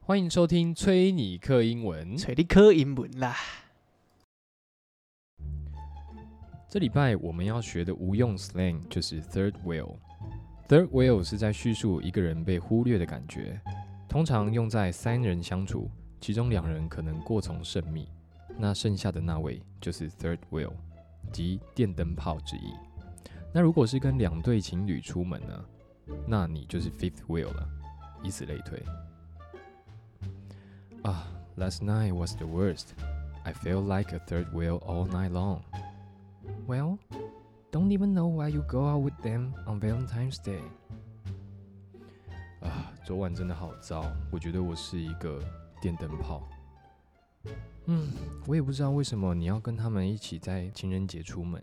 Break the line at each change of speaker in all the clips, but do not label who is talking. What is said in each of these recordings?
欢迎收听崔尼克英文。
找你考英文啦。
这礼拜我们要学的无用 slang 就是 third wheel。third wheel 是在叙述一个人被忽略的感觉，通常用在三人相处，其中两人可能过从甚密，那剩下的那位就是 third wheel，即电灯泡之一。那如果是跟两对情侣出门呢，那你就是 fifth wheel 了，以此类推。啊，last night was the worst. I feel like a third wheel all night long. Well, don't even know why you go out with them on Valentine's Day. 啊，昨晚真的好糟，我觉得我是一个电灯泡。嗯，我也不知道为什么你要跟他们一起在情人节出门。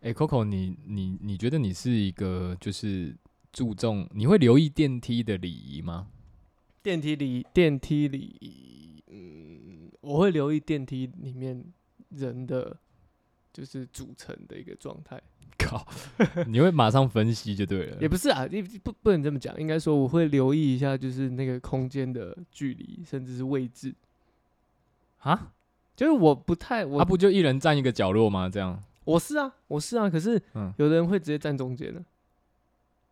哎、c o c o 你你你觉得你是一个就是注重你会留意电梯的礼仪吗？
电梯里，电梯里，嗯，我会留意电梯里面人的，就是组成的一个状态。
靠，你会马上分析就对了。
也不是啊，也不不能这么讲，应该说我会留意一下，就是那个空间的距离，甚至是位置。
啊，
就是我不太，我、
他、啊不就一人站一个角落吗？这样，
我是啊，我是啊，可是
嗯
有的人会直接站中间啊的、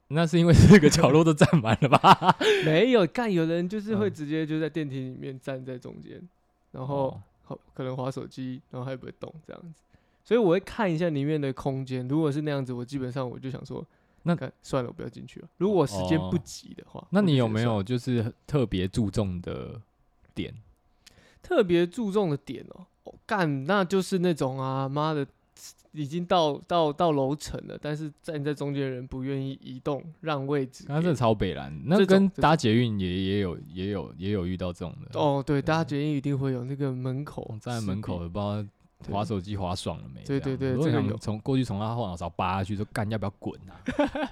那是因为四个角落都站满了吧？
没有干，有的人就是会
嗯
直接就在电梯里面站在中间，然后
哦
好可能划手机，然后还不会动这样子，所以我会看一下里面的空间，如果是那样子，我基本上我就想说，
那
干算了，我不要进去了。如果我时间不
哦
急的话，
那
我就
你有
觉得
没
算了
有就是特别注重的点？
特别注重的点哦、哦干那就是那种啊，妈的，已经到到到楼层了，但是站在中间的人不愿意移动，让位置
刚刚
给
啊这超北蓝，那
这种
跟
这
搭捷运也也有也有也有遇到这种的。
哦，对，大家决定一定会有那个门口
嗯哦站在
势
门
必
口，不知道
对
划手机划爽了没？
对
这样
对对
如果
这个
想
有
从过去从他后脑勺扒下去，说干要不要滚啊？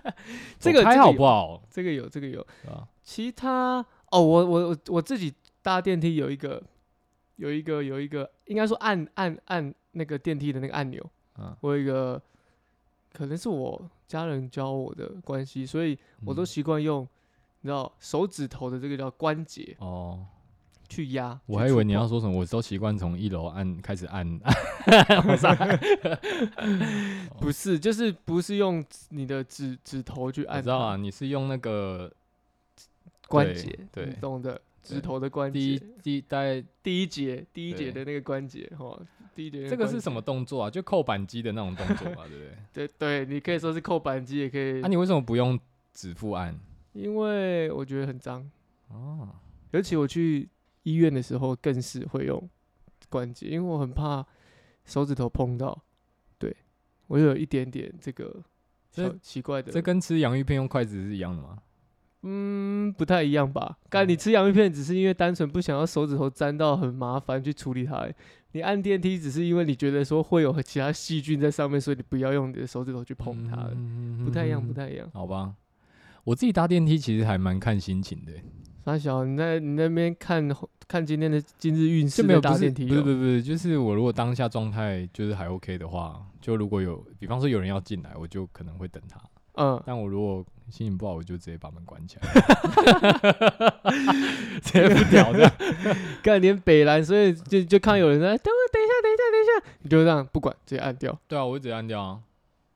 这个
还
这个
好
有
不好？
这个有这个有，
对 吧
其他哦，我我我我自己搭电梯有一个有一个有一个，应该说按按按那个电梯的那个按钮，
嗯，
我有一个可能是我家人教我的关系，所以我都
嗯
习惯用。你知道手指头的这个叫关节
哦，
去压，
我
去
还以为
触
你要
碰
说什么，我都习惯从一楼按开始 按，
不是，就是不是用你的指指头去
我
按
知道
它
啊，你是用那个
关
对
节，
对
你懂的，指
对
头的关节。
第一第一大概
第一节第一节
对
的那个关节哈，第一节的
这个是
关
什么动作啊？就扣扳机的那种动作嘛，对 不对？
节？对对，你可以说是扣扳机，也可以，
那啊你为什么不用指腹按？
因为我觉得很脏，
哦，
尤其我去医院的时候更是会用关节，因为我很怕手指头碰到，对我有一点点这个
这
小奇怪的，
这跟吃洋芋片用筷子是一样的吗？
嗯不太一样吧？干你
哦
吃洋芋片只是因为单纯不想要手指头沾到很麻烦去处理它、欸你按电梯只是因为你觉得说会有其他细菌在上面，所以你不要用你的手指头去碰它。
嗯
不太一样，不太一样。
好吧。我自己搭电梯其实还蛮看心情的欸，
傻小，你在你那边看看今天的今日运势
就没有
的
不
搭
是
电梯
不是
哦，
不是不是，就是我如果当下状态就是还 OK 的话，就如果有比方说有人要进来，我就可能会等他；
嗯，
但我如果心情不好，我就直接把门关起来， 直接不屌的。
干点北蓝，所以就就看有人在等我，等一下，等一下，等一下，你就这样不管，直接按掉。
对啊，我会直接按掉啊，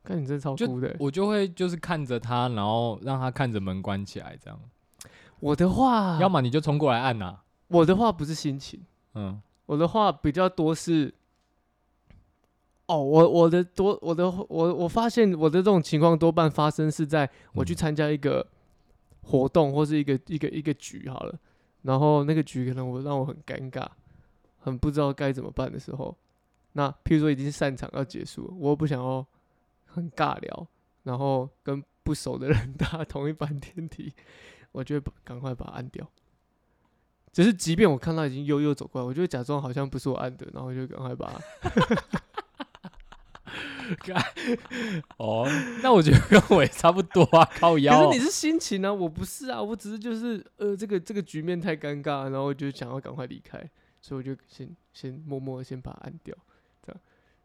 看你真的超
就
酷的欸。
我就会就是看着他，然后让他看着门关起来这样。
我的话，
要么你就冲过来按呐、
我的话不是心情，
嗯，
我的话比较多是，哦，我我的多我的我我发现我的这种情况多半发生是在我去
嗯
参加一个活动或是一个一个一个局好了，然后那个局可能我让我很尴尬，很不知道该怎么办的时候，那譬如说已经是散场要结束了，我又不想要很尬聊，然后跟不熟的人 搭同一班电梯，我就会把赶快把它按掉。只是即便我看到已经悠悠走过来，我就会假装好像不是我按的，然后就赶快把它
哦，那我觉得跟我也差不多啊，靠腰哦。
可是你是心情啊，我不是啊，我只是就是呃，这个这个局面太尴尬，然后我就想要赶快离开，所以我就先先默默地先把它按掉，这样。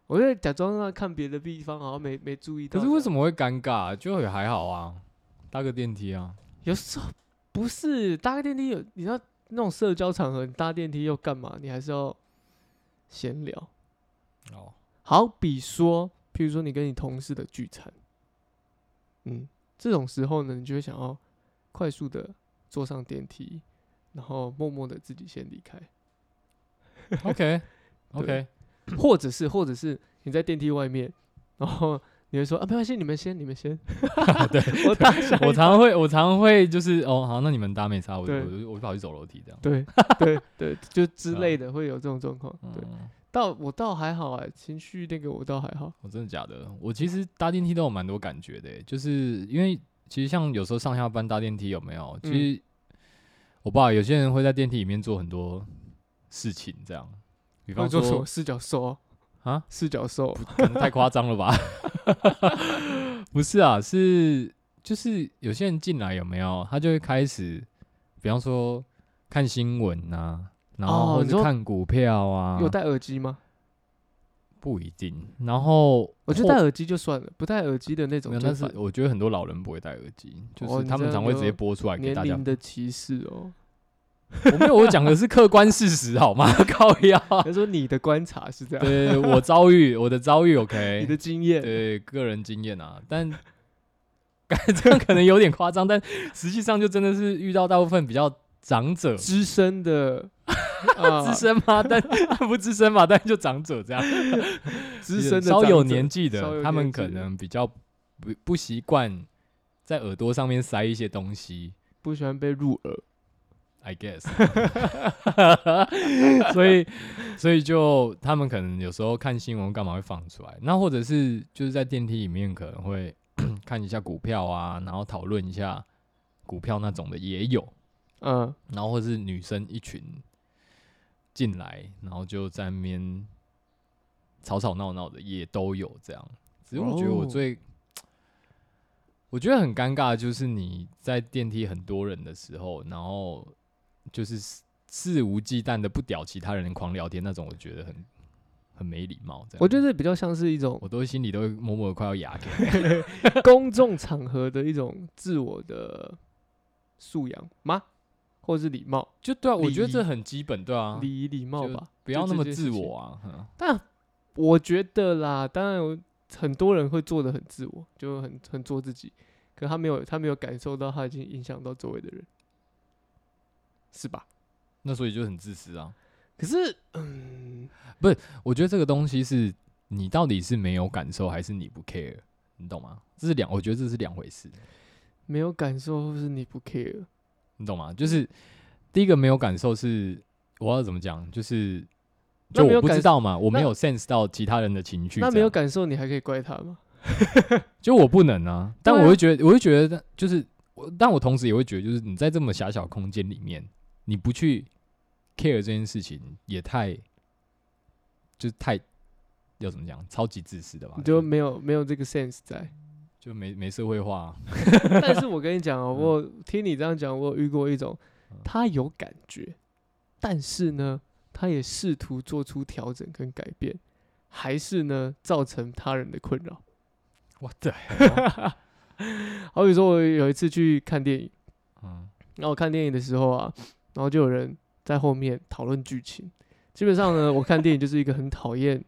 我在假装啊看别的地方，好像没没注意到。
可是为什
么？
么会尴尬？就也还好啊，搭个电梯 啊。
有时候不是搭电梯有，你知道那种社交场合，你搭电梯要干嘛？你还是要闲聊。
哦，
好比说，譬如说你跟你同事的聚餐，嗯，这种时候呢，你就会想要快速的坐上电梯，然后默默的自己先离开，
OK OK，
或者是或者是你在电梯外面，然后你会说啊，没关系，你们先，你们先，对， 我打下一
我常常会我常常会就是哦好，那你们搭没差，我就
对
我就我就跑去走楼梯这样。
对对对，就之类的会有这种状况，对，
嗯，
倒我倒还好哎、情绪那个我倒还好，
我真的假的？我其实搭电梯都有蛮多感觉的欸，就是因为其实像有时候上下班搭电梯有没有？其
嗯
实、我爸有些人会在电梯里面做很多事情，这样，比
比
方
哦做什么
说
四角兽
啊，
四角兽，
可能太夸张了吧？ 不是啊，是就是有些人进来有没有，他就会开始，比方说看新闻啊，然后
哦
或
你
者
说
看股票啊，
有戴耳机吗？
不一定。然后
我觉
或
得戴耳机就算了，不戴耳机的那种
没有，
就
但
是
是我觉得很多老人不会戴耳机，就
哦
是
你
他们
这样
常会直接
就
播出来给
年
大家
龄。的歧视哦。
我没有，我讲的是客观事实，好吗？ 靠 腰。
他说你的观察是这样，
对，我遭遇我的遭遇
你
，OK，
的经 验，
对个人经验啊，但 这样可能有点夸张，但实际上就真的是遇到大部分比较长者。
资深的 啊
资深 吗？但 不资深嘛，但就长者这样，
资深的
稍有
长者
年纪
稍
的，
有
他们
年纪
可能比较不不习惯在耳朵上面塞一些东西，
不喜欢被入耳，
I guess，所以所以就他们可能有时候看新闻干嘛会放出来，那或者是就是在电梯里面可能会 看一下股票啊，然后讨论一下股票那种的也有，
嗯，
然后或是女生一群进来，然后就在那边吵吵闹闹的也都有这样。只是我觉得我
哦
最、我觉得很尴尬，的就是你在电梯很多人的时候，然后就是肆肆无忌惮的不屌其他人狂聊天那种，我觉得很很没礼貌。这样，
我觉得比较像是一种
我都心里都会默默的快要哑开。
公众场合的一种自我的素养吗？或是礼貌，
就对啊，我觉得
礼仪
这很基本，对啊，
礼仪礼貌
就
吧，
不要那么
这件
自
事情
我啊。嗯
但我觉得啦，当然有很多人会做的很自我，就很很做自己，可他没有他没有感受到他已经影响到周围的人，是吧？
那所以就很自私啊。
可是，嗯，
我觉得这个东西是你到底是没有感受，还是你不 care，你懂吗？这是两，我觉得这是两回事，
没有感受或是你不 care，
你懂吗？就是第一个没有感受是我要怎么讲，就是
那
就
没
我
有
不
感
知道嘛，我
那
没有 sense 到其他人的情绪这
那
样，
没有感受你还可以怪他吗？
就我不能啊，但
对啊
我会觉得，我会觉得就是我，但我同时也会觉得，就是你在这么狭小的空间里面，你不去 care 这件事情，也太就是太要怎么讲，超级自私的吧？
你就没有没有这个 sense 在。
就没没社会化啊、
但是我跟你讲哦、我听你这样讲，我有遇过一种
嗯，
他有感觉，但是呢，他也试图做出调整跟改变，还是呢造成他人的困扰。
我的，
好比说，我有一次去看电影，
嗯，
然后看电影的时候啊，然后就有人在后面讨论剧情。基本上 呢，我看电影就是一个很讨厌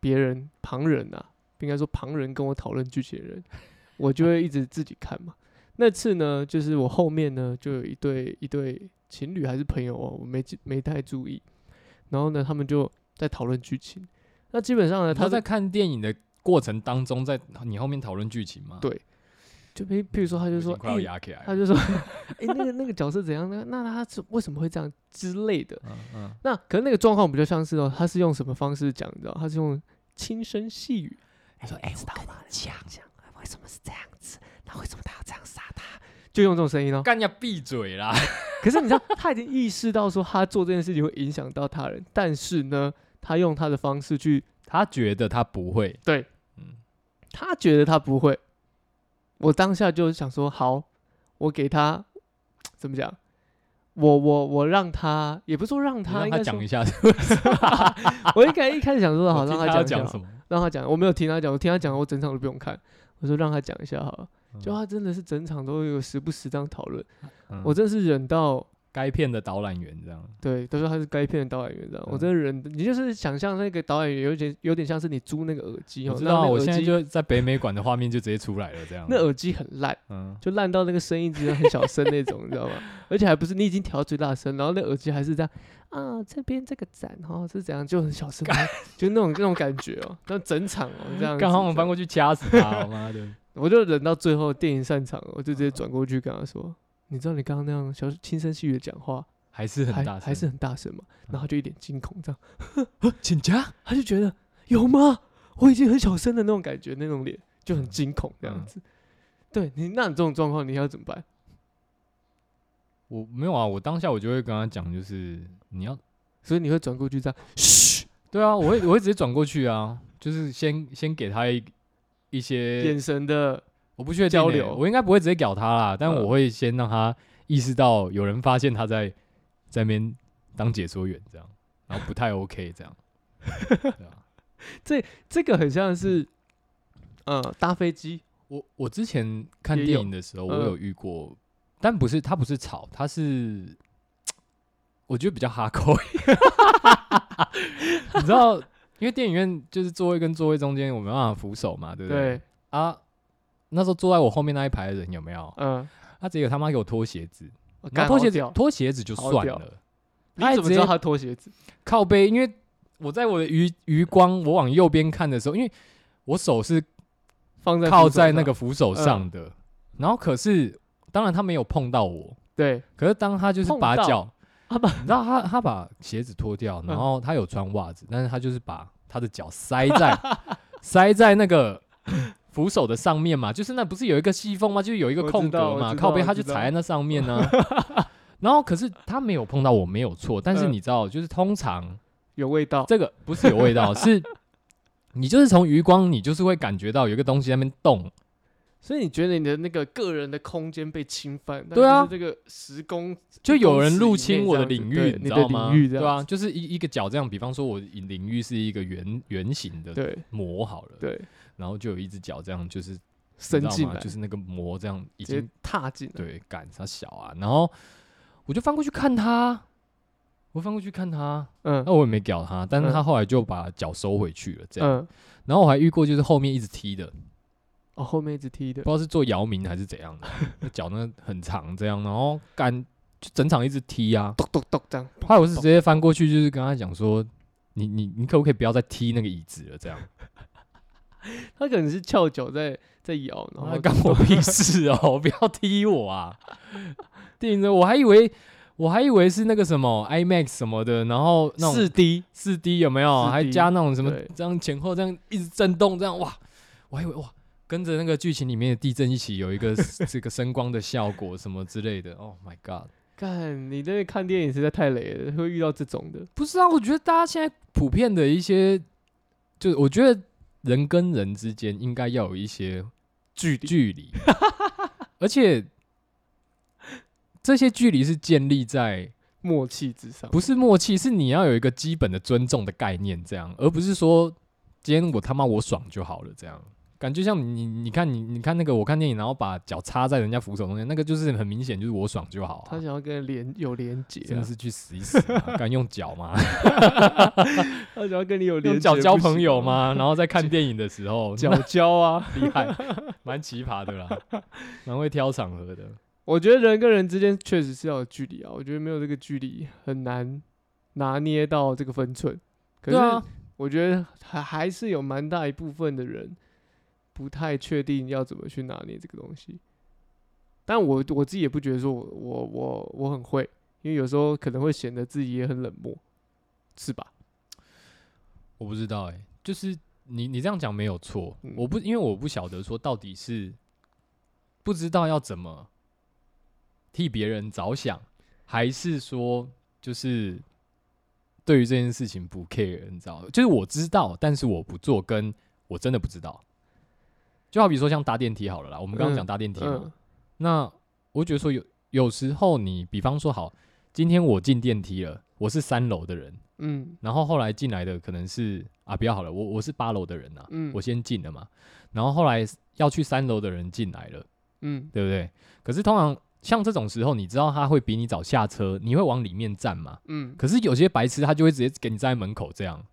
别人旁人啊，应该说旁人跟我讨论剧情的人，我就会一直自己看嘛。 那次呢，就是我后面呢就有一对一对情侣还是朋友哦，我没记没太注意。然后呢，他们就在讨论剧情。那基本上呢，
他
他
在看电影的过程当中，在你后面讨论剧情吗？
对就譬譬如说，他
我已
就
经
说，
快要
哎
压起来
他
了。
就说，哎、那个那个角色怎样？那那他是为什么会这样之类的？
嗯嗯，
那可能那个状况比较像是哦，他是用什么方式讲？你知道，他是用轻声细语，他说：“哎、我跟你讲，讲为什么是这样子？那为什么他要这样杀他？”就用这种声音哦。
干呀，闭嘴啦！
可是你知道，他已经意识到说他做这件事情会影响到他人，但是呢，他用他的方式去，
他觉得他不会，
对
嗯，
他觉得他不会。我当下就想说，好，我给他怎么讲？我我我让他，也不是说让
你
他，
让
应
他
该
讲
说
一，下，
我应该一开始想说
我
好，哦让
听
他
要
讲一
讲
下
什么？
让他讲，我没有听他讲，我听他讲，我整场都不用看。我说让他讲一下好了，就
嗯
他真的是整场都有时不时这样讨论，
嗯
我真是忍到
该片的导览员这样，
对，都说他是该片的导演员这样，
嗯
我真的忍，你就是想象那个导演员有点有点像是你租那个耳机哦，
我知
然后
道，啊
那
我
耳
现在
机
就在北美馆的画面就直接出来了，这样，
那耳机很烂，
嗯，
就烂到那个声音只有很小声那种，你知 道吗？而且还不是你已经调到最大声，然后那耳机还是这样啊，这边这个展哦是怎样，就很小声，就那种那种感觉哦，那整场哦这样子，
刚好我
这
翻
样
过去掐死他，我妈的，
我就忍到最后电影散场了，我就直接转过去跟他说：“
哦
你知道你刚刚那样小轻声细语的讲话，
还是
还
很大声，嗯
还是 很大声吗？”然后他就一脸惊恐，这样
请假，
他就觉得有吗？我已经很小声的那种感觉，那种脸就很惊恐这样
嗯
子。对你，那你这种状况你要怎么办？
我没有啊，我当下我就会跟他讲，就是你要，
所以你会转过去这样，嘘，
对啊，我会我会直接转过去啊，就是先先给他一一些
眼神的
我不确定、
交
欸，
流
我应该不会直接屌他啦，但
嗯
我会先让他意识到有人发现他在在那边当解说员这样，然后不太 OK 这样，对啊。
这个很像是，呃，搭飞机，
我我之前看
也
电
有
影的时候，
嗯
我有遇过，但不是他不是吵，他是我觉得比较哈口， 你知道，因为电影院就是座位跟座位中间我没办法扶手嘛，对不对？
对，
啊，那时候坐在我后面那一排的人有没有？
嗯，
他直接他妈给我脱鞋子，
我
然
干
后脱
好
鞋子
屌
脱鞋子就
好
算
屌
了，他还
你怎么
直
知道
接
他脱鞋子？
靠背，因为我在我的余余光我往右边看的时候，因为我手是
放在
靠
扶手
在那
上嗯
个扶手上的，然后可是当然他没有碰到我，
对，
可是当他就是
碰
把
到
脚，
他把
你知道他他把鞋子脱掉，然
嗯
后他有穿袜子，但是他就是把他的脚塞 在塞在那个扶手的上面嘛，就是那不是有一个细缝吗？就是有一个
我知
空
道
格
我
嘛，
知道
靠背
我
他
知
就
道
踩在那上面呢、 然后可是他没有碰到我，没有错，但是
嗯
你知道，就是通常
有味道，
这个不是有味道，是你就是从余光，你就是会感觉到有一个东西在那边动。
所以你觉得你的那个个人的空间被侵犯？
对啊
但就是这个时工
就有人入
一
侵
公
我
尺
的
以内
领域
这样，子
你知
对
道
你的
吗？
领域这
对
样
啊，就是一一个角这样，比方说我领域是一个圆圆形的
对
膜好了，
对，
然后就有一只脚这样，就是你知
伸
道
进
吗？
来，
就是那个膜这样已
直
经
接踏进来，
对赶它小啊，然后我就翻过去看他，我翻过去看他，
嗯
那我也没屌他，但是他
嗯
后来就把脚收回去了，这样。
嗯，
然后我还遇过就是后面一直踢的，
哦，后面一直踢的
不，知道是做姚明还是怎 样的，那脚呢很长这样，然后干就整场一直踢啊。
咚咚咚这样，
后来我是直接翻过去，就是跟他讲说，你你你可不可以不要再踢那个椅子了？这样，
他可能是翘脚在在摇，然
然
后
干我屁事 哦，不要踢我啊！电影呢，我还以为我还以为是那个什么 IMAX 什么的，然后那种
四 D，
四 D 有没有？
4D
还加那种什么
对
这样前后这样一直震动，这样哇，我还以为哇，跟着那个剧情里面的地震一起有一个 这个声光的效果什么之类的。Oh my god！
干，你这看电影实在太雷了，会遇到这种的，
不是啊，我觉得大家现在普遍的一些，就我觉得人跟人之间应该要有一些距距离， 而且这些距离是建立在
默契之上，
不是默契，是你要有一个基本的尊重的概念，这样，而不是说今天我他妈我爽就好了，这样。感觉像你，你看你，你看那个，我看电影，然后把脚插在人家扶手中间，那个就是很明显，就是我爽就好、
他
啊
想。要跟人连有连结
真
啊
的，是去死一死、 啊，敢用脚吗？
他想要跟你有连
用
结，
脚交
不行
朋友
啊？
吗？ 然后在看电影的时 候，
脚交啊，
那厉害，蛮奇葩的啦，蛮会挑场合的。
我觉得人跟人之间确实是要有距离啊，我觉得没有这个距离很难拿捏到这个分寸。可
对啊
是，我觉得还还是有蛮大一部分的人不太确定要怎么去拿捏这个东西。但我我自己也不觉得说我我我我很会，因为有时候可能会显得自己也很冷漠，是吧？
我不知道哎、就是你你这样讲没有错，
嗯
我不因为我不晓得说到底是不知道要怎么替别人着想，还是说就是对于这件事情不 care，你知道吗？就是我知道，但是我不做，跟我真的不知道。就好比说像搭电梯好了啦，我们刚刚
嗯
讲搭电梯嘛，
嗯
那我觉得说有有时候你比方说好，今天我进电梯了，我是三楼的人，
嗯
然后后来进来的可能是啊，不要好了，我我是八楼的人呐、啊
嗯，
我先进了嘛，然后后来要去三楼的人进来了，
嗯
对不对？可是通常像这种时候，你知道他会比你早下车，你会往里面站嘛？
嗯，
可是有些白痴他就会直接给你站在门口这样，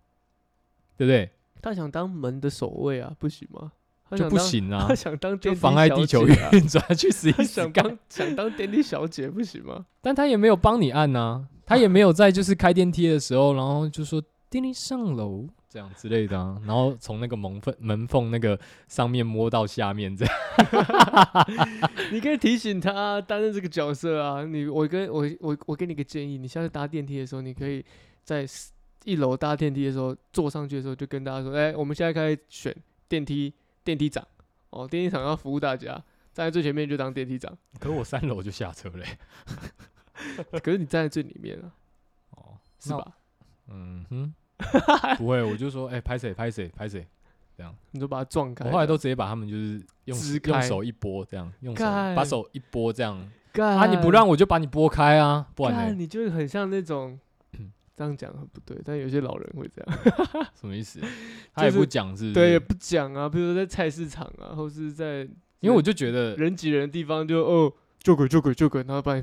对不对？
他想当门的守卫啊，不行吗？他
就
想
不
当，
行 啊
他，想当
就
电梯
妨碍
小
地球
姐啊
运 转，去死一
他
死
想
干
当！想当电梯小姐不行吗？
但他也没有帮你按呐、他也没有在就是开电梯的时候，然后就说叮铃上楼这样之类的、啊，然后从那个门缝门缝那个上面摸到下面这样。
你可以提醒他担任这个角色啊。你我跟我我我给你个建议，你下次搭电梯的时候，你可以在 s- 一楼搭电梯的时候坐上去的时候，就跟大家说：“哎、我们现在开始选电梯电梯长哦，电梯长要服务大家，站在最前面就当电梯长。
可是我三楼就下车嘞、
可是你站在最里面啊，
哦，
是
那
吧？
嗯 哼，不会，我就说哎，拍谁拍谁拍谁，
你就把它撞开
我
了。
后来都直接把他们就是用
支开
用手一拨这样，用手
干
把手一拨这样
干
啊，你不让我就把你拨开啊，不然
干，
呢？
你就很像那 种。这样讲很不对，但有些老人会这样，
什么意思？他也
就是
不讲是不
对，也
是？
不讲啊。比如说在菜市场啊，或是在
因为我就觉得
人挤人的地方就哦救鬼救鬼救鬼，然后把你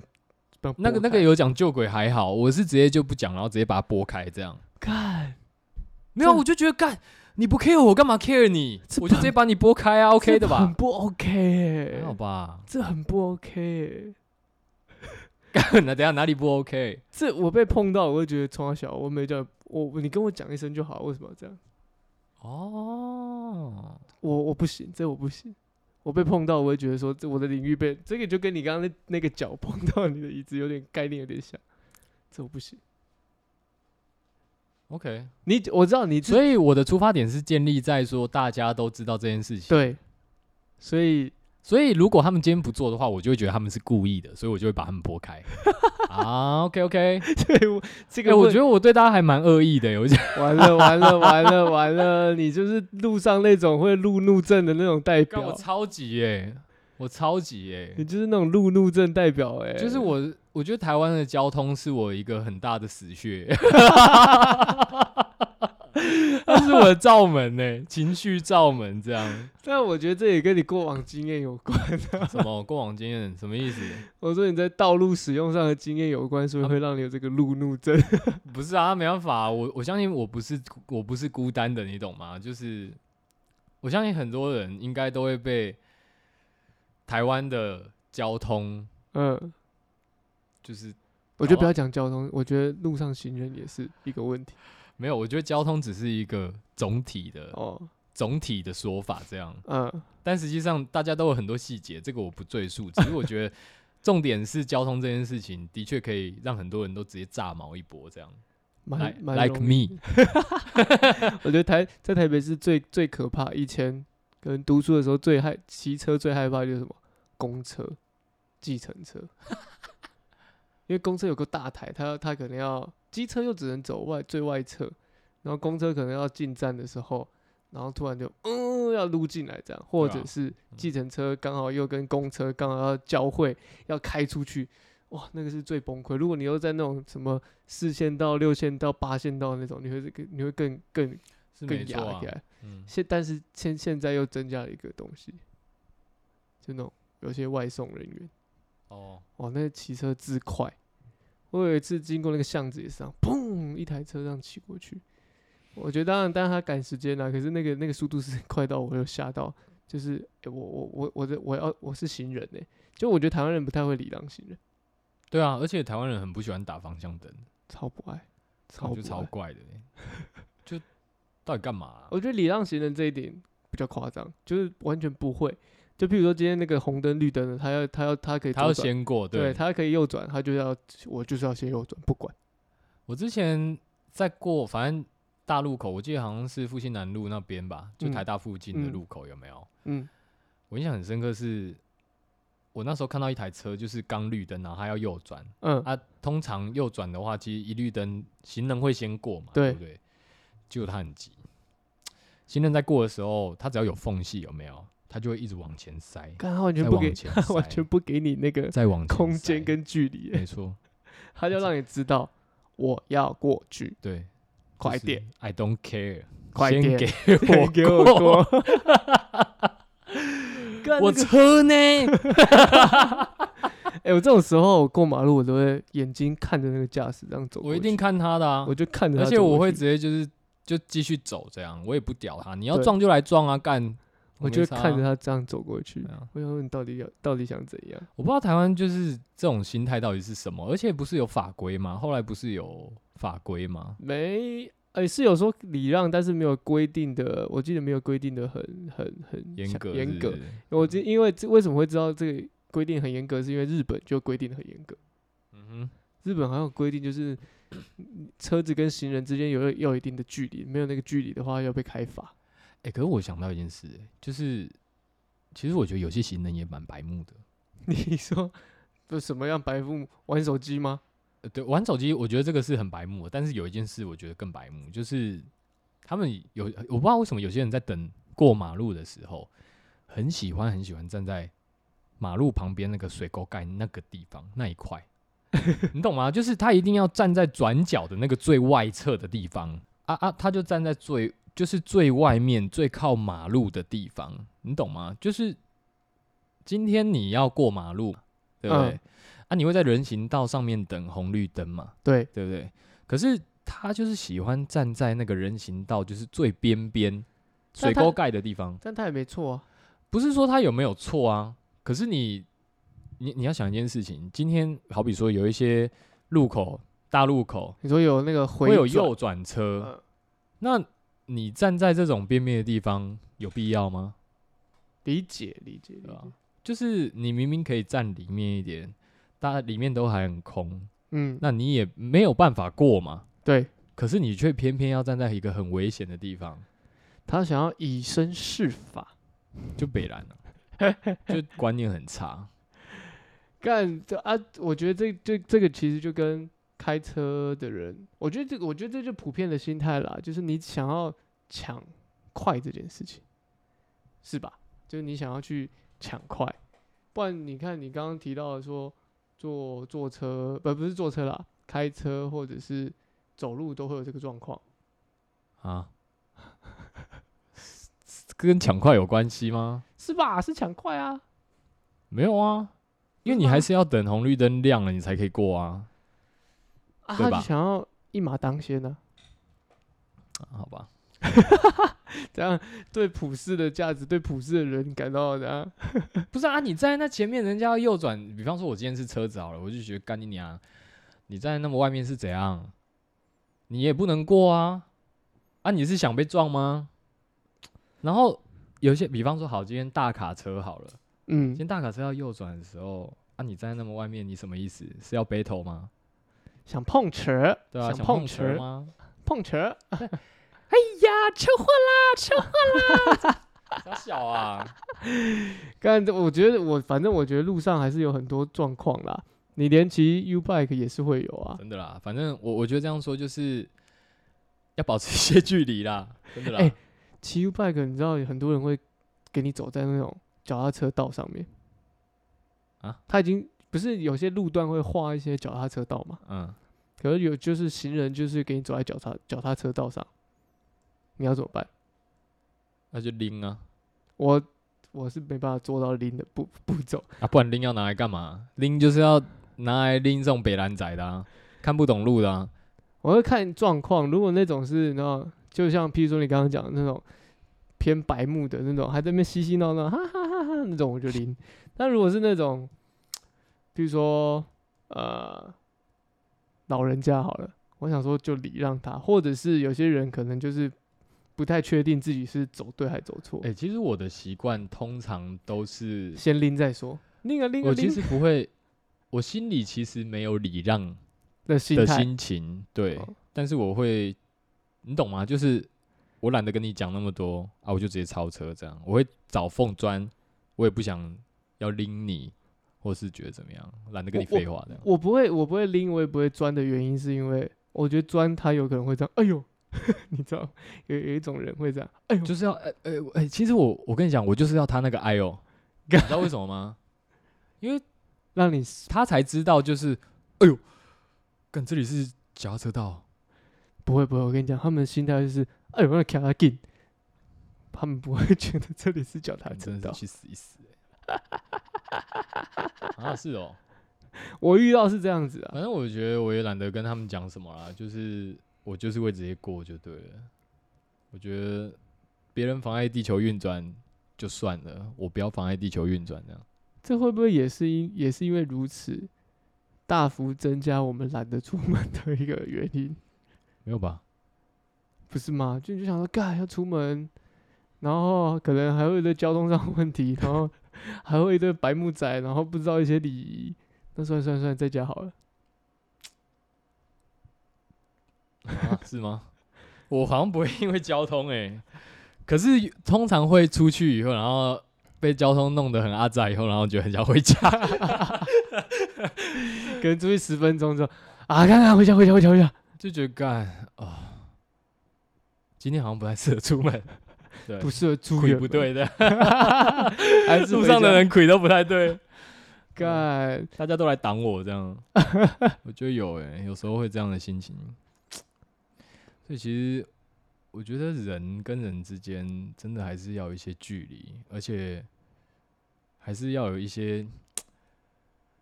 把你
那个
拨
那个
开
有讲救鬼还好，我是直接就不讲，然后直接把它拨开这样。
干
没有，
这
我就觉得干你不 care 我干嘛 care 你？
这
我就直接把你拨开啊，OK 的
这很
吧？
不 OK，、欸、
还好 吧？
这很不 OK，、欸、
干那等一下哪里不 OK？
这我被碰到我会觉得从小我没叫我你跟我讲一声就好，为什么要这样？
哦，
我我不行，这我不行。我被碰到，我会觉得说，这我的领域被这个就跟你刚刚那那个脚碰到你的椅子有点概念有点像，这我不行。
OK，
你我知道你
所以我的出发点是建立在说大家都知道这件事情。
对，所以
所以如果他们今天不做的话，我就会觉得他们是故意的，所以我就会把他们拨 开。啊，OK OK，
对哎我这
这
个
个我
问
觉得我对大家还蛮恶意的，我觉得
完了完了完了完了！你就是路上那种会路怒症的那种代
干我
表，
超级耶，我超级耶，
你就是那种路怒症代表哎、
就是我，我觉得台湾的交通是我一个很大的死穴， 它是我的罩门呢、情绪罩门这样。
但我觉得这也跟你过往经验有关。
什么过往经验？什么意思？
我说你在道路使用上的经验有关，是不是
啊
会让你有这个路怒症？
不是啊，没办法，我我相信我不是我不是孤单的，你懂吗？就是我相信很多人应该都会被台湾的交通
嗯，
就是
我
啊
觉得不要讲交通，我觉得路上行人也是一个问题
没有，我觉得交通只是一个总体的
哦。
总体的说法这样。
嗯，
但实际上大家都有很多细节，这个我不赘述。只是我觉 得重点是交通这件事情，的确可以让很多人都直接炸毛一波这样。
蛮
Like-
蛮
like
容易
me，
我觉得台在台北是最最可怕。以前可能读书的时候最害骑车最害怕的就是什么公车、计程车， 因为公车有个大台，它它可能要机车又只能走外最外侧，然后公车可能要进站的时候，然后突然就嗯要撸进来这样，或
对啊
者是计程车刚好又跟公车刚好要交汇，要开出去。哇，那个是最崩溃。如果你又在那种什么四线道、六线道、八线道那种，你会更你会更更
是没
更
错
压
啊
起。来。
嗯，
现但是现现在又增加了一个东西，就那种有些外送人员，
哦，
哇，那骑车之快！我有一次经过那个巷子也是这样，砰，一台车这样骑过去。我觉得当然，当然他赶时间啦，可是那个那个速度是 快到我有吓到，就是、诶我我我我的我要我是行人呢、欸就我觉得台湾人不太会礼让行人，
对啊，而且台湾人很不喜欢打方向灯，
超不爱，
这
超
样
不
哦就超
爱。
怪的 欸、就到底干嘛啊、
我觉得礼让行人这一点比较夸张，就是完全不会。就譬如说今天那个红灯绿灯的，他要他要他可以
他要
左转
先过，
对
对
他可以右转，他就要我就是要先右转，不管。
我之前在过，反正大路口，我记得好像是复兴南路那边吧，就
嗯
台大附近的
嗯
路口有没有？
嗯
我印象很深刻是，我那时候看到一台车，就是刚绿灯，然后它要右转，
嗯
啊，通常右转的话，其实一绿灯行人会先过嘛，
对
不对？结果他很急，行人在过的时候，他只要有缝隙，有没有？他就会一直往前塞，
看他完全
再
不
往
给，
前
他
塞，
完全不给你那个
再往前
空
塞
间跟距离，
没错，
他就让你知道我要过去，
对，
快
就是
点，
，I don't care，
快
先
点
给
对给我
过，
过。 干
我
那个
车呢？
哎、我这种时候我过马路，我都会眼睛看着那个驾驶这样走过
我
去，
一定看他的啊
我，就看着他
而
走过
且
去，
我会直接就是就继续走这样，我也不屌他，你要
对
撞就来撞啊，干，
我
没
就
差
看着
啊。
他这样走过去
对。啊
我想问你到底要到底想怎样？
我不知道台湾就是这种心态到底是什么，而且不是有法规吗？后来不是有法规吗？
没，哎、是有说礼让，但是没有规定的，我记得没有规定的很很很
严
详
格
严格
是。不是
我记，因为这为什么会知道这个规定很严格，是因为日本就规定得很严格。
嗯
日本好像有规定，就是嗯车子跟行人之间有要有一定的距离，没有那个距离的话要被开罚。
哼，哎、可是我想到一件事、欸，就是其实我觉得有些行人也蛮白目的。
你说这什么样白目玩手机吗？
呃对，玩手机，我觉得这个是很白目的，但是有一件事我觉得更白目，就是他们有我不知道为什么有些人在等过马路的时候，很喜欢很喜欢站在马路旁边那个水沟盖那个地方那一块， 你懂吗？就是他一定要站在转角的那个最外侧的地方啊啊，他就站在最就是最外面最靠马路的地方，你懂吗？就是今天你要过马路，对不对？
嗯
啊，你会在人行道上面等红绿灯嘛？
对，
对不对？可是他就是喜欢站在那个人行道，就是最边边水
但他
沟盖的地方。
但他也没错啊。
不是说他有没有错啊，可是你你你要想一件事情，今天好比说有一些路口大路口
你说有那个回
会有
转
右转车，
嗯
那你站在这种边边的地方有必要吗？
理解理解理
对啊吧
解，？
就是你明明可以站里面一点，大家里面都还很空，
嗯，
那你也没有办法过嘛。
对
可是你却偏偏要站在一个很危险的地方，
他想要以身试法，
就北兰了、就观念很差。
干这啊，我觉得这这这个其实就跟开车的人，我觉得这个我觉得这就普遍的心态啦，就是你想要抢快这件事情，是吧？就是你想要去抢快，不然你看你刚刚提到的说坐坐车，不不是坐车啦，开车或者是走路都会有这个状况。
啊，跟抢快有关系吗？
是吧？是抢快啊！
没有啊，因为你还是要等红绿灯亮了，你才可以过啊。
啊，
对
他就
吧
想要一马当先呢、
啊好吧，
啊， 这样对普世的价值、对普世的人感到怎样？
不是啊，你站在那前面，人家要右转，比方说我今天是车子好了，我就觉得干你娘，你站在那么外面是怎样？你也不能过啊，啊，你是想被撞吗？然后有些，比方说好，今天大卡车好了，今
嗯，
天大卡车要右转的时候，啊，你站在那么外面，你什么意思？是要 battle 吗？
想碰瓷儿，
对啊，
想
想
碰瓷
车
儿，
吗？
碰 瓷哎儿，
呀，车祸啦，车祸啦！傻小啊，
干！我觉得我反正我觉得路上还是有很多状况啦。你连骑 U bike 也是会有啊。
真的啦，反正我我觉得这样说就是要保持一些距离啦， 真的啦。
哎骑 U bike 你知道有很多人会给你走在那种脚踏车道上面
啊，
他已经不是有些路段会画一些脚踏车道嘛？
嗯，
可是有就是行人就是给你走在脚踏脚踏车道上，你要怎么办？
那就拎啊，
我我是没办法做到零的步步骤，
啊，不然拎要拿来干嘛？拎就是要拿来拎这种北兰仔的、啊，看不懂路的、啊。
我会看状况。如果那种是那种，就像譬如说你刚刚讲的那种偏白目的那种，还在那边嬉嬉闹闹，哈哈哈哈那种，我 就零。但如果是那种，譬如说呃老人家好了，我想说就礼让他，或者是有些人可能就是不太确定自己是走对还是走错，
哎、其实我的习惯通常都是，
先拎再说。拎啊拎啊
我其
拎
实不会，我心里其实没有礼让
的心
的
态，
心情，对，
哦
但是我会你懂吗？就是我懒得跟你讲那么多啊，我就直接超车这样，我会找缝钻，我也不想要拎你，或是觉得怎么样，懒得跟你废话这样。
我不会，我不会拎，我也不会钻的原因是因为我觉得钻他有可能会这样，哎呦， 你知道有有一种人会这样，哎呦，
就是要呃呃哎，其实我我跟你讲，我就是要他那个哎呦， 你知道为什么吗？因为
让你
他才知道就是哎呦，干这里是脚踏车道，
不会不会，我跟你讲，他们的心态就是，哎呦，我要卡他进，他们不会觉得这里是脚踏
干嗯
车
真的
道
是。去死一死、欸。 啊，是哦，
我遇到是这样子啊，
反正我觉得我也懒得跟他们讲什么啦，就是我就是会直接过就对了。我觉得别人妨碍地球运转就算了，我不要妨碍地球运转这样。
这会不会也是因也是因为如此，大幅增加我们懒得出门的一个原因，
没有吧？
不是吗？就你就想说，干要出门，然后可能还会有一堆交通上的问题，然后还会有一堆白目仔，然后不知道一些礼仪，那算了算了算了，在家好了。
啊是 吗？我好像不会因为交通哎、可是通常会出去以后，然后被交通弄得很阿杂以后，然后觉得很想回家。
可能出去十分钟之后，啊，看看回家回家回家回家，
就觉得干啊、今天好像不太适合出门，对，
不适合出
腿
远
不
门，
对 的，
还是
路上的
回家
人腿都不太对，
干。
大家都来挡我这样，我觉得有诶、有时候会这样的心情。所以其实我觉得人跟人之间真的还是要有一些距离，而且还是要有一些，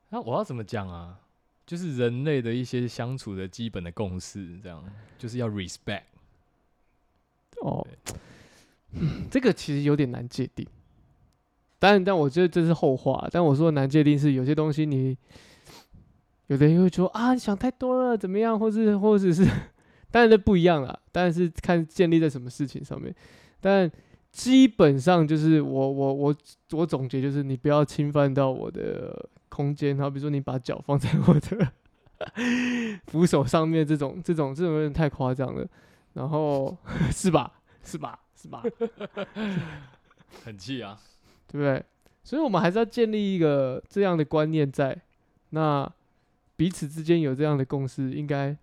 那我要怎么讲啊？就是人类的一些相处的基本的共识，这样就是要 respect。
哦，嗯这个其实有点难界定。当然，但我觉得这是后话。但我说的难界定是有些东西你，有的人会说啊，你想太多了，怎么样，或是或者是，当然这不一样啦。当然是看建立在什么事情上面。但基本上就是我我我我总结就是，你不要侵犯到我的空间。好，比如说你把脚放在我的扶手上面，这种这种这种有点太夸张了。然后 是吧？是吧？是吧？ 对
很气啊！
不对？所以我们还是要建立一个这样的观念在，那彼此之间有这样的共识，应该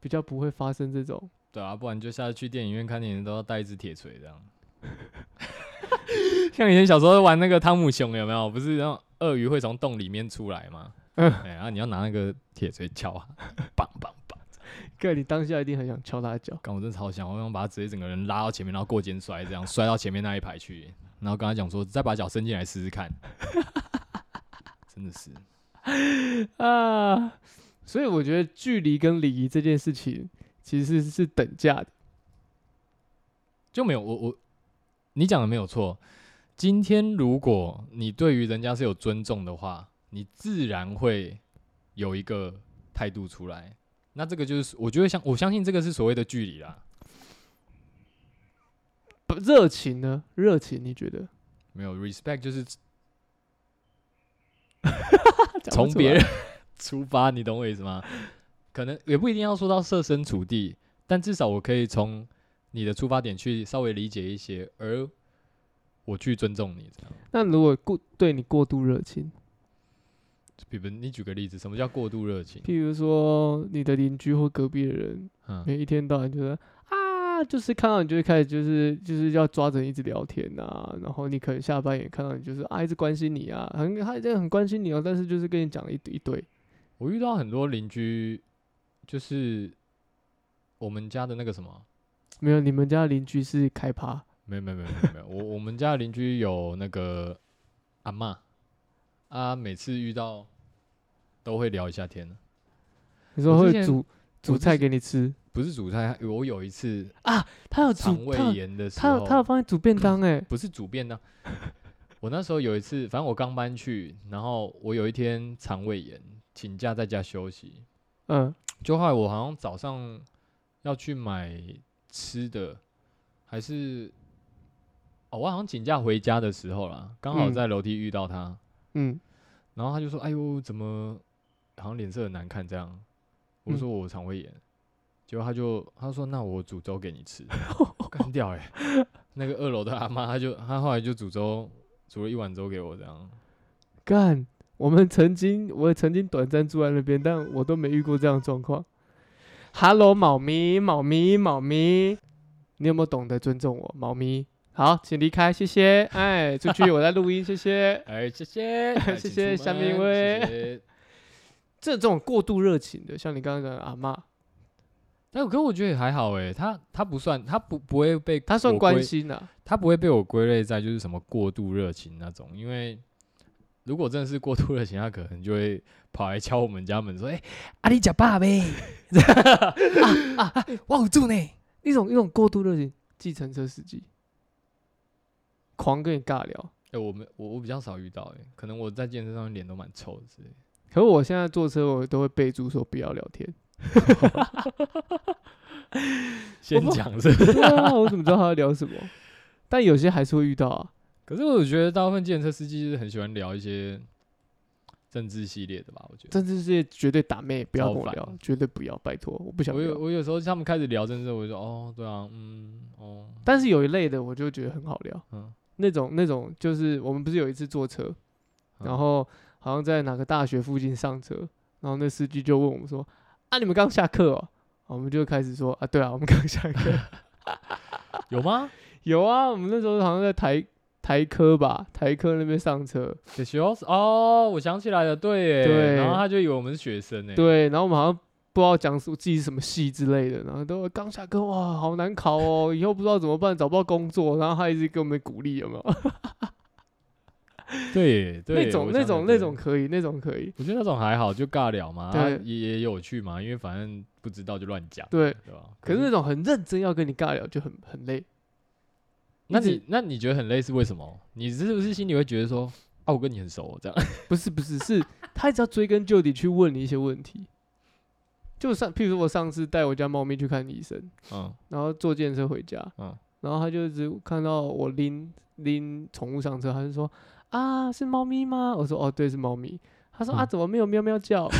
比较不会发生这种。
对啊，不然就下次去电影院看电影都要带一支铁锤这样。像以前小时候玩那个汤姆熊有没有？不是那种鳄鱼会从洞里面出来吗？
嗯
哎、啊，你要拿那个铁锤敲啊， 棒棒棒！
哥，你当下一定很想敲他的脚，
刚我真的超想，我想把他直接整个人拉到前面，然后过肩摔，这样摔到前面那一排去，然后跟他讲说，再把脚伸进来试试看。真的是，
啊！所以我觉得距离跟礼仪这件事情其实是是等价的。
就没有我我，你讲的没有错。今天如果你对于人家是有尊重的话，你自然会有一个态度出来。那这个就是我觉得相我相信这个是所谓的距离啦。
不热情呢？热情你觉得？
没有 respect 就是
讲不
从
出
别
来
人出发，你懂我意思吗？可能也不一定要说到设身处地，但至少我可以从你的出发点去稍微理解一些，而我去尊重你这样。
那如果过对你过度热情，
比如你举个例子，什么叫过度热情？
譬如说你的邻居或隔壁的人，
嗯，
每一天到晚就是啊，就是看到你就会开始就是就是要抓着你一直聊天啊，然后你可能下班也看到你就是啊一直关心你啊，很他真的很关心你哦，但是就是跟你讲了一堆一堆，
我遇到很多邻居，就是我们家的那个什么，
没有你们家邻居是开趴
没有没有没有没有没有，我我们家的邻居有那个阿嬷，啊，每次遇到都会聊一下天，
你说
我之
会
前
煮煮
之
菜
前
给你吃，
不是煮菜，我有一次
他有
肠
煮
胃
他有
炎的时
他有
候，
他有帮你煮便当哎、
不是煮便当， 我那时候有一次，反正我刚搬去，然后我有一天肠胃炎，请假在家休息，
嗯，
就后来我好像早上要去买吃的，还是哦，我好像请假回家的时候啦，刚好
嗯
在楼梯遇到他，
嗯
然后他就说：“哎呦，怎么好像脸色很难看这样？”我就
嗯
说：“我肠胃炎。结果他就他说那我煮粥给你 吃，干掉哎、那个二楼的阿妈，他就他后来就煮粥，煮了一碗粥给我这样。
干，我们曾经，我也曾经短暂住在那边，但我都没遇过这样的状况。Hello，猫咪，猫咪，猫咪，你有没有懂得尊重我，猫咪？好，请离开，谢谢。哎，出去，我在录音，谢谢。
哎，谢谢， 哎
谢
请
谢
出
夏
门
明威
谢谢
这这种过度热情的，像你刚刚讲的阿嬷，
但可我觉得也还好哎、他他不算，他不不会被
她算
我
关
归
心啊。
他不会被我归类在就是什么过度热情那种，因为如果真的是过度热情，他可能就会跑来敲我们家门说：“哎、阿里假爸呗， 啊啊，我有住呢。
一种一种过度热情，计程车司机狂跟你尬聊。
哎，我们我我比较少遇到哎、可能我在健身上面脸都蛮臭的之类的。
可是我现在坐车，我都会备注说不要聊天。
先
不
讲是不是，
对啊，我怎么知道他在聊什么？但有些还是会遇到啊。
可是我觉得大部分健身车司机就是很喜欢聊一些政治系列的吧，我觉得。
政治世界绝对打妹，不要跟我
超烦
聊，绝对不要，拜托，我不想
我有
聊。
我有时候他们开始聊政治，我就说哦，对啊，嗯，哦，
但是有一类的，我就觉得很好聊，
嗯，
那种那种就是我们不是有一次坐车，
嗯
然后好像在哪个大学附近上车，然后那司机就问我们说：“啊，你们刚下课哦？”我们就开始说：“啊，对啊，我们刚下课。
有吗？”
有啊，我们那时候好像在台台科吧，台科那边上车，
给学校哦，我想起来了，对耶，
对
然后他就以为我们是学生呢，，欸
对，然后我们好像不知道讲什么自己是什么系之类的，然后都刚下课哇，好难考 哦，以后不知道怎么办，找不到工作，然后他一直给我们鼓励，有 没有？
对耶对
那
耶
种
我想
那
起来
种
对
那种可以，那种可以，
我觉得那种还好，就尬聊嘛，啊
对
也也有趣嘛，因为反正不知道就乱讲，
对。
对吧？
可是那种很认真要跟你尬聊就很很累，
那
一直
你那你觉得很累是为什么？你是不是心里会觉得说啊，我跟你很熟哦这 样？
不是不是是他一直要追根究底去问你一些问题。就上，譬如说我上次带我家猫咪去看医生，
嗯
然后坐电车回家，
嗯，
然后他就只看到我拎拎宠物上车，他就说啊是猫咪吗？我说哦对是猫咪。他说、啊
嗯
怎么没有喵喵叫？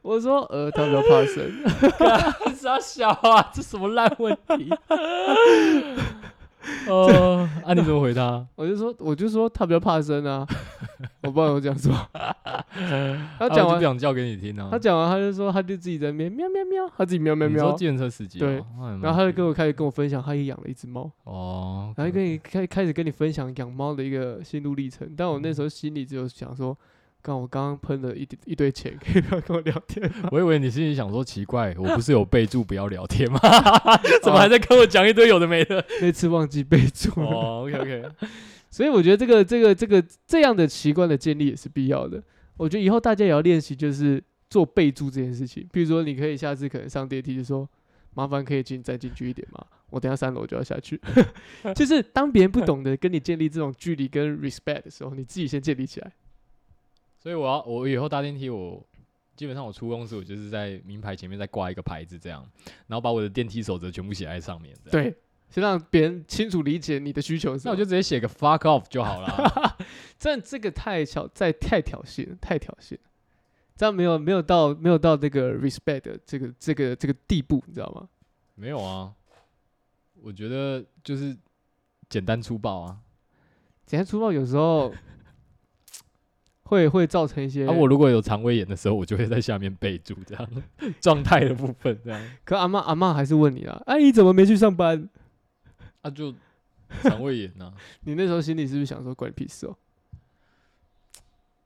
我说呃他比较怕生，
傻小啊，这什么烂问题？哦，啊，你怎么回他？
我就说我就说他比较怕生啊， 我不知道我讲什 么。
他
他讲
不
完
想叫给你听啊。
他讲完他就说他就自己在那边喵喵喵，他自己喵喵
你说
喵。
建设司机哦，
对
哇，还蛮
然后他
酷的
就跟我开始跟我分享，他也养了一只猫，
哦，
然后跟你开开始跟你分享养猫的一个心路历程。但我那时候心里只有想说，刚我刚刚喷了一堆一堆钱，可以不要跟我聊天 吗？
我以为你心里想说奇怪，我不是有备注不要聊 天吗？怎
哦
么还在跟我讲一堆有的没的？
那次忘记备注了，
哦，OK OK，
所以我觉得这个这个这个这样的习惯的建立也是必要的。我觉得以后大家也要练习，就是做备注这件事情。比如说，你可以下次可能上电梯就说：“麻烦可以请你再进去一点吗？我等一下三楼就要下去。” 就是当别人不懂得跟你建立这种距离跟 respect 的时候，你自己先建立起来。
所以我要我以后搭电梯我。基本上我出公司，我就是在名牌前面再挂一个牌子，这样，然后把我的电梯守则全部写在上面。这样，
对，啊先让别人清楚理解你的需求是什
那
么。
我就直接写个 fuck off 就好了。
但这个太小，再太挑衅了，太挑衅了，这样没有没有到没有到那个 respect 的这个这个这个地步，你知道吗？
没有啊，我觉得就是简单粗暴啊。
简单粗暴有时 候会会造成一些，
啊，我如果有肠胃炎的时候，我就会在下面备注这样 状态的部分，这样。
可阿妈阿妈还是问你啊，哎、你怎么没去上班？
啊，就肠胃炎 啊。
你那时候心里是不是想说关你屁事哦？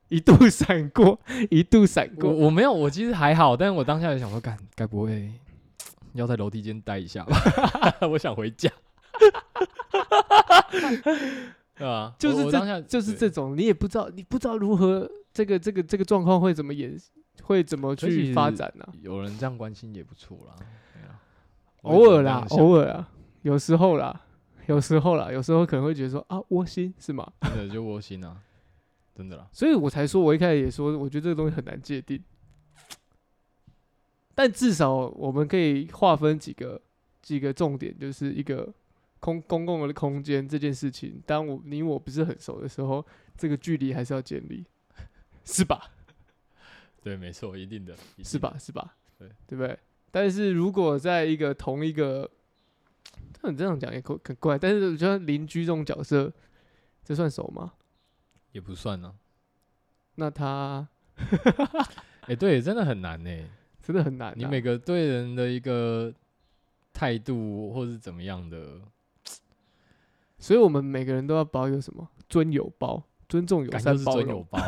一度闪过，一度闪
我
过，
我没有，我其实还好，但是我当下也想说，干该不会要在楼梯间待一下吧？ 我想回家。对啊，
就是
我我当下
就是
对
这种，你也不知道，你不知道如何这个这个这个状况会怎么演，会怎么
可是其
去
实
发展呢、
有人这样关心也不错啦。对啊
偶尔啦，
尔
偶尔啦，有时候啦，有时候啦，有时候可能会觉得说啊窝心是吗？
真的就窝心啊，真的啦。
所以我才说，我一开始也说，我觉得这个东西很难界定。但至少我们可以划分几个几个重点，就是一个空公共的空间这件事情。当我你我不是很熟的时候，这个距离还是要建立，是吧？
对，没错，一定的，一定
是
的？
吧？是吧？
对
对不对？但是如果在一个同一个，这样这样讲也很很怪，但是我觉得邻居这种角色，这算熟吗？
也不算啊呢、
那他
哎、对，真的很难呢、
真的很难、啊。
你每个对人的一个态度，或是怎么样的
所以我们每个人都要包一个什么尊友包，尊重友
感觉
善
是
包
真有
容，
包。啊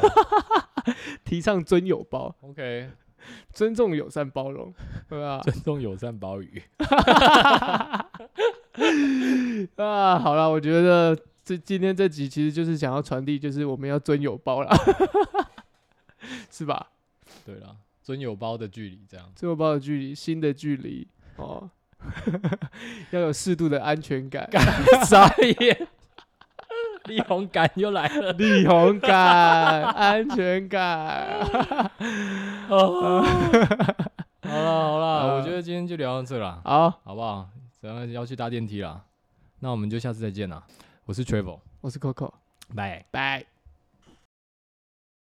提倡尊友包，
OK，
尊重友善包容，对吧？
尊重友善包语。
啊，好了，我觉得这今天这集其实就是想要传递，就是我们要尊友包啦， 是吧？
对啦，尊友包的距离这 样。
尊友包的距离，新的距离哦， 要有适度的安全 感、
傻眼， 力宏感又来了。
力宏感、 安全感。
哦好了好了，
啊
我觉得今天就聊到这啦，
好，
好不好？咱们要去搭电梯啦，那我们就下次再见啦。我是 Travel，
我是 Coco，
拜。
拜。